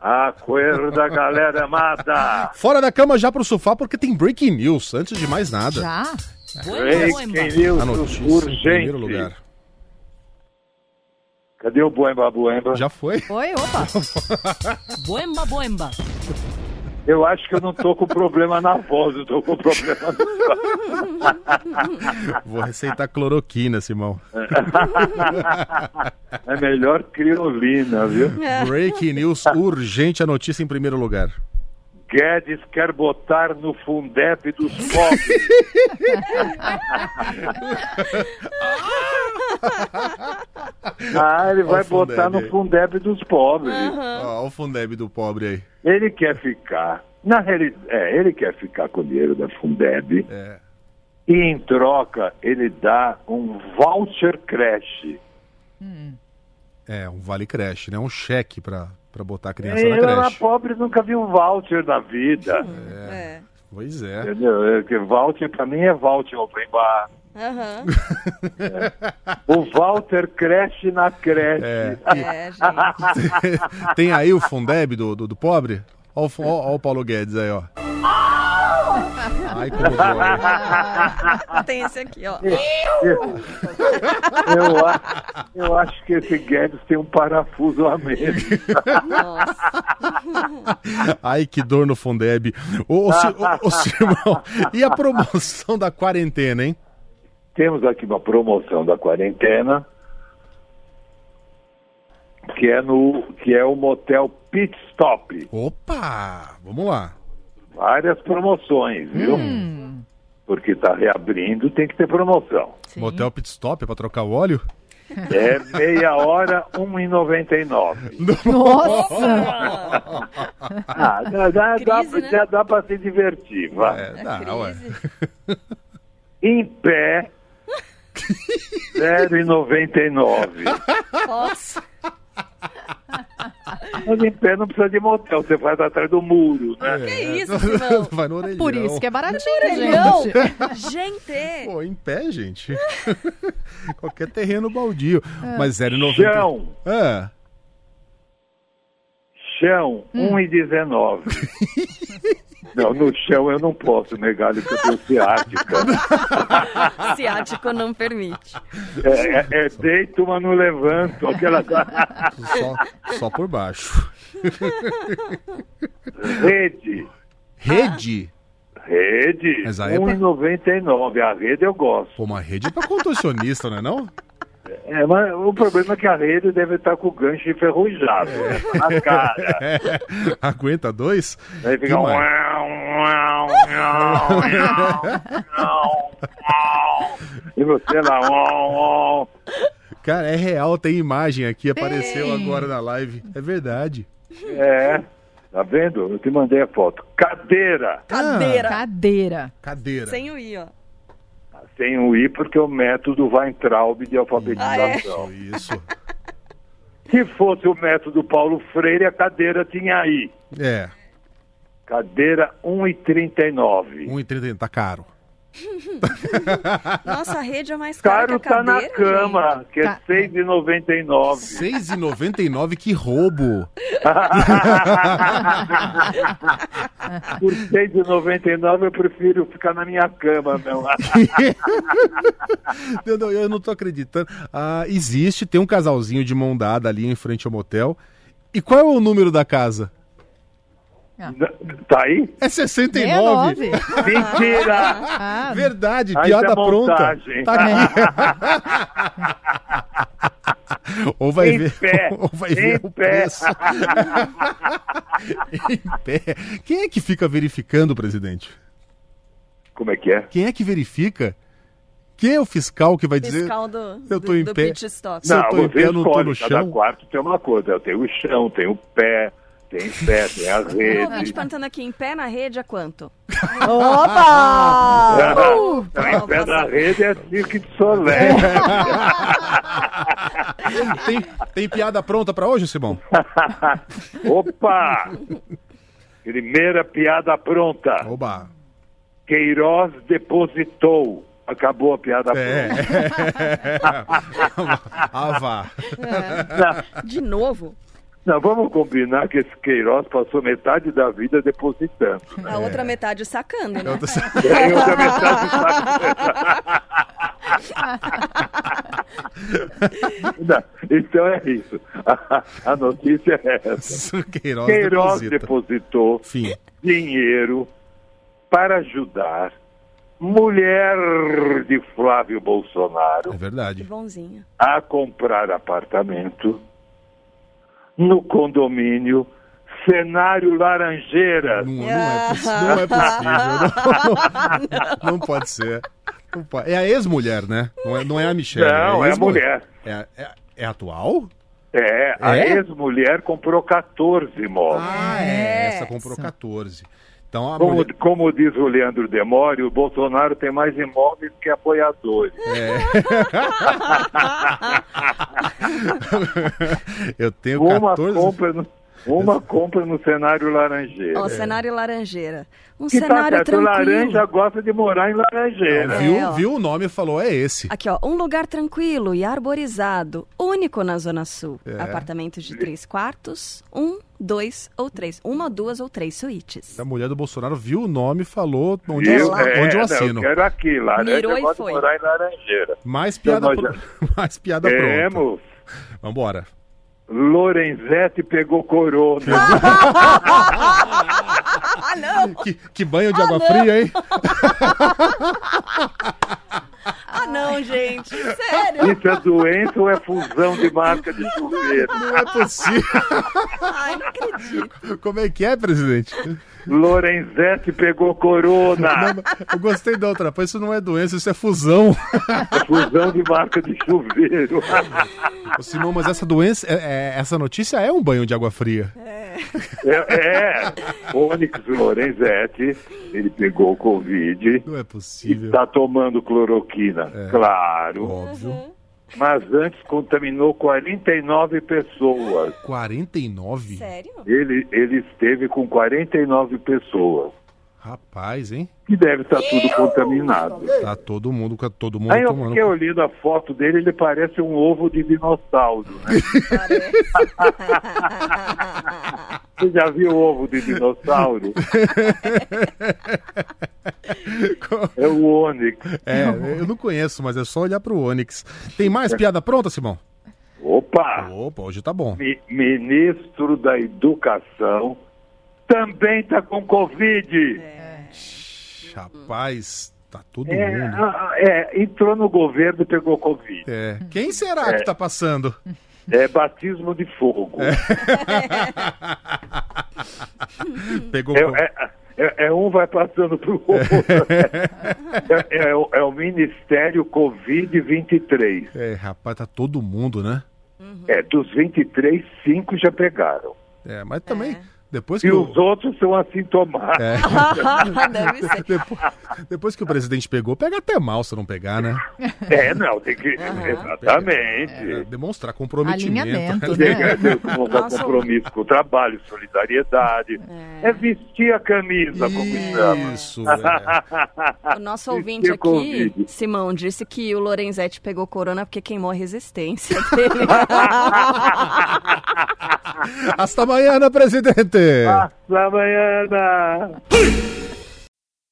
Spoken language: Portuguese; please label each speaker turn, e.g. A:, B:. A: Acorda, galera é amada.
B: Fora da cama já pro sofá porque tem breaking news, antes de mais nada.
C: Já?
D: Ah,
A: Breaking
B: A
A: news
B: notícia em primeiro
A: urgente.
B: lugar.
A: Cadê o Buemba, Buemba?
B: Já foi?
C: Oi, opa. boemba, boemba.
A: Eu acho que eu não tô com problema na voz, eu tô com problema no...
B: Vou receitar cloroquina, Simão.
A: É melhor criolina, viu?
B: Breaking news urgente, a notícia em primeiro lugar.
A: Guedes quer botar no Fundeb dos pobres. Ah, ele vai
B: o Fundeb
A: botar no
B: aí.
A: Fundeb dos pobres.
B: Ó, o Fundeb do pobre aí.
A: Ele quer ficar. Na reali- é, ele quer ficar com o dinheiro da Fundeb.
B: É.
A: E em troca, ele dá um voucher creche.
B: É, um vale creche, né? Um cheque pra, pra botar a criança na
A: Eu era
B: creche. Uhum.
A: pobre, nunca vi um voucher na vida.
B: Pois é.
A: Entendeu? É que Voucher pra mim é voucher open bar. É.
D: Aham,
A: O Walter creche na creche.
B: É.
D: é, gente.
B: Tem aí o Fundeb do, do, do pobre? Ó, o Fu- ó, ó o Paulo Guedes aí, ó. Ai, como dói.
D: Tem esse aqui, ó.
A: Eu, a- eu acho que esse Guedes tem um parafuso a menos.
D: Nossa.
B: Ai, que dor no Fundeb. Ô, ô, Si- ô, ô, Simão, e a promoção da quarentena, hein?
A: Temos aqui uma promoção da quarentena, que é, no, que é o motel Pit Stop.
B: Opa! Vamos lá.
A: Várias promoções, viu? Porque está reabrindo, tem que ter promoção.
B: Motel pit stop é pra trocar o óleo?
A: É meia hora, um R$ 1,99.
C: Nossa!
A: Ah, dá, dá, dá,
D: Crise, né?
A: já dá para se divertir, vai.
B: É, dá, ué.
A: Em pé, 0,99.
D: Nossa.
A: Mas em pé não precisa de motel, você faz atrás do muro, né?
D: Que isso, Simão?
B: Vai no orelhão.
C: Por isso que é baratinho,
D: Orelhão.
C: gente.
D: Gente.
B: Pô, em pé, gente. Qualquer terreno baldio. Mas 0,90.
A: Chão,
B: É.
A: chão,
B: Hum.
A: 1,19. Não, no chão eu não posso negar que eu tenho ciática.
D: Ciático não permite.
A: É, é, é deito, mas não levanto. Aquela
B: Só, só por baixo.
A: rede.
B: Rede.
A: Rede,
B: Mas aí é pra-
A: 1,99. A rede eu gosto.
B: Pô, uma rede é pra contorcionista, não é não?
A: É, mas o problema é que a rede deve estar com o gancho enferrujado. né? Na cara.
B: É. Aguenta dois?
A: Aí fica um.
B: Demais.
A: uau, uau, uau, uau, uau. E você lá. uau, uau.
B: Cara, é real, tem imagem aqui, apareceu agora na live. É verdade.
A: É. Tá vendo? Eu te mandei a foto. Cadeira!
D: Cadeira.
E: Cadeira.
B: Cadeira.
D: Sem o I, ó.
A: Sem o um I, porque o método Weintraub de alfabetização.
B: Isso.
A: Se fosse o método Paulo Freire, a cadeira tinha I.
B: É,
A: Cadeira 1,39.
B: 1,30, tá caro.
D: Nossa, a rede é mais cara
A: Caro
D: que a
A: tá
D: cadeira,
A: na cama, que é
E: Tá.
A: 6,99.
B: 6,99, que roubo.
A: Por 6,99 eu prefiro ficar na minha cama, meu.
B: Eu não, eu não tô acreditando. Ah, existe, tem um casalzinho de mão dada ali em frente ao motel. E qual é o número da casa?
A: Tá aí?
B: É 69.
A: Mentira!
E: Ah,
B: Verdade,
A: Ah,
B: piada
A: isso é
B: pronta.
A: montagem.
B: Tá aqui. ou vai
A: Em
B: ver,
A: pé,
B: ou vai
A: em
B: ver o
A: pé.
B: preço. em pé. Quem é que fica verificando, presidente?
A: Como é que é?
B: Quem é que verifica? Quem é o fiscal que vai dizer?
D: Fiscal do,
B: Eu
D: do,
B: tô em
D: do
B: pé.
D: pit stop.
B: Se eu
A: não,
B: tô em
A: você
B: pé, eu não tô
A: escolhe,
B: no
A: cada
B: chão?
A: quarto tem uma coisa. Eu tenho o chão, tenho o pé, tem pé, tem a
D: O
A: rede.
D: um ouvinte perguntando aqui, em pé na rede é quanto?
E: Opa!
A: Ah, Não, em pé da rede é circo de solé.
B: Tem, tem piada pronta pra hoje, Simão?
A: Opa! Primeira piada pronta.
B: Oba.
A: Queiroz depositou. Acabou a piada
B: É.
A: pronta.
B: Ava.
D: De novo?
A: Não, vamos combinar que esse Queiroz passou metade da vida depositando.
D: A outra metade sacando, né?
B: Eu tô-
A: Tem outra metade da... Não, Então é isso. A, a notícia é essa.
B: Queiroz,
A: Queiroz
B: deposita.
A: depositou
B: Fim.
A: dinheiro para ajudar mulher de Flávio Bolsonaro
B: É verdade.
D: Bonzinho.
A: a comprar apartamento no condomínio Cenário Laranjeiras.
B: Não, não
A: Ah.
B: é, poss- não é possível. Não, não- não pode ser. Não po- É a ex-mulher, né? Não é, não é a Michelle.
A: Não, é a
B: ex-mulher. É, é- é atual?
A: É, a
B: É?
A: ex-mulher comprou 14 imóveis.
B: Ah, é. Essa comprou 14. Então a
A: Como,
B: mulher.
A: como diz o Leandro Demore, o Bolsonaro tem mais imóveis que apoiadores.
B: É, Eu tenho
A: Uma,
B: 14.
A: compra no, uma compra no cenário laranjeira.
D: Ó, cenário laranjeira. Um
A: É. que tá
D: cenário
A: certo, o
D: tranquilo.
A: laranja gosta de morar em laranjeira.
B: Viu,
D: É, ó.
B: viu o nome e falou: é esse.
D: Aqui, ó, um lugar tranquilo e arborizado, único na Zona Sul.
A: É.
D: Apartamentos de três quartos, um, dois ou três. Uma, duas ou três suítes.
B: A mulher do Bolsonaro viu o nome e falou onde,
A: Eu,
B: eu, onde é eu
A: É, não,
B: assino.
A: eu quero aqui, laranja
D: Mirou e
A: gosta
D: foi.
A: de morar em laranjeira.
B: Mais piada,
A: Então É, nós
B: pro- Mais piada pronta.
A: Temos,
B: Vambora.
A: Lorenzetti pegou corona.
B: Que, que banho de água fria, hein?
D: Ah, não, gente. Sério?
A: Isso é doença ou é fusão de marca de chuveiro?
B: Não é possível.
D: Ai, não acredito.
B: Como é que é, presidente?
A: Lorenzetti pegou corona.
B: Eu gostei da outra. Pô, isso não é doença, isso é fusão.
A: É fusão de marca de chuveiro.
B: Ô, Simão, mas essa doença, é- é- essa notícia é um banho de água fria.
A: É, é. Onyx Lorenzetti, ele pegou o Covid
B: Não é
A: e
B: possível.
A: está tomando cloroquina, claro.
D: Uhum.
B: Óbvio.
A: Mas antes contaminou 49 pessoas.
B: 49?
D: Sério?
A: Ele, ele esteve com 49 pessoas.
B: Rapaz, hein?
A: Que deve estar tudo contaminado.
B: Tá todo mundo, com- todo mundo
A: Aí eu
B: tomando.
A: fiquei olhando a foto dele, ele parece um ovo de dinossauro. né? Você já viu ovo de dinossauro? é o Onyx.
B: É, eu não conheço, mas é só olhar pro Onix. Tem
A: É.
B: mais piada pronta, Simão?
A: Opa!
B: Opa, hoje tá bom.
A: Mi- ministro da Educação também está com Covid.
B: Rapaz, tá todo
A: É,
B: mundo.
A: ah, ah, é, entrou no governo e pegou Covid.
B: É. Quem será que tá passando?
A: É batismo de fogo. É,
B: Pegou.
A: é, É, é um vai passando para o outro. É, é o- é o Ministério Covid-23.
B: É, rapaz, tá todo mundo, né?
A: É, dos 23, cinco já pegaram.
B: É, mas também, depois que
A: E
B: o...
A: os outros são assintomáticos.
B: É,
D: Deve ser.
B: depois, depois que o presidente pegou, pega até mal se não pegar, né?
A: É, não, tem que.
B: É,
A: Exatamente.
B: demonstrar comprometimento.
C: Alinhamento,
A: Tem
C: né?
A: que ter um compromisso com o trabalho, solidariedade. É, vestir a camisa, como chama.
B: Isso, é.
D: O nosso ouvinte
A: que
D: aqui,
A: Covid.
D: Simão, disse que o Lorenzetti pegou corona porque queimou a resistência dele.
B: Hasta amanhã, né, presidente!
A: Hasta mañana.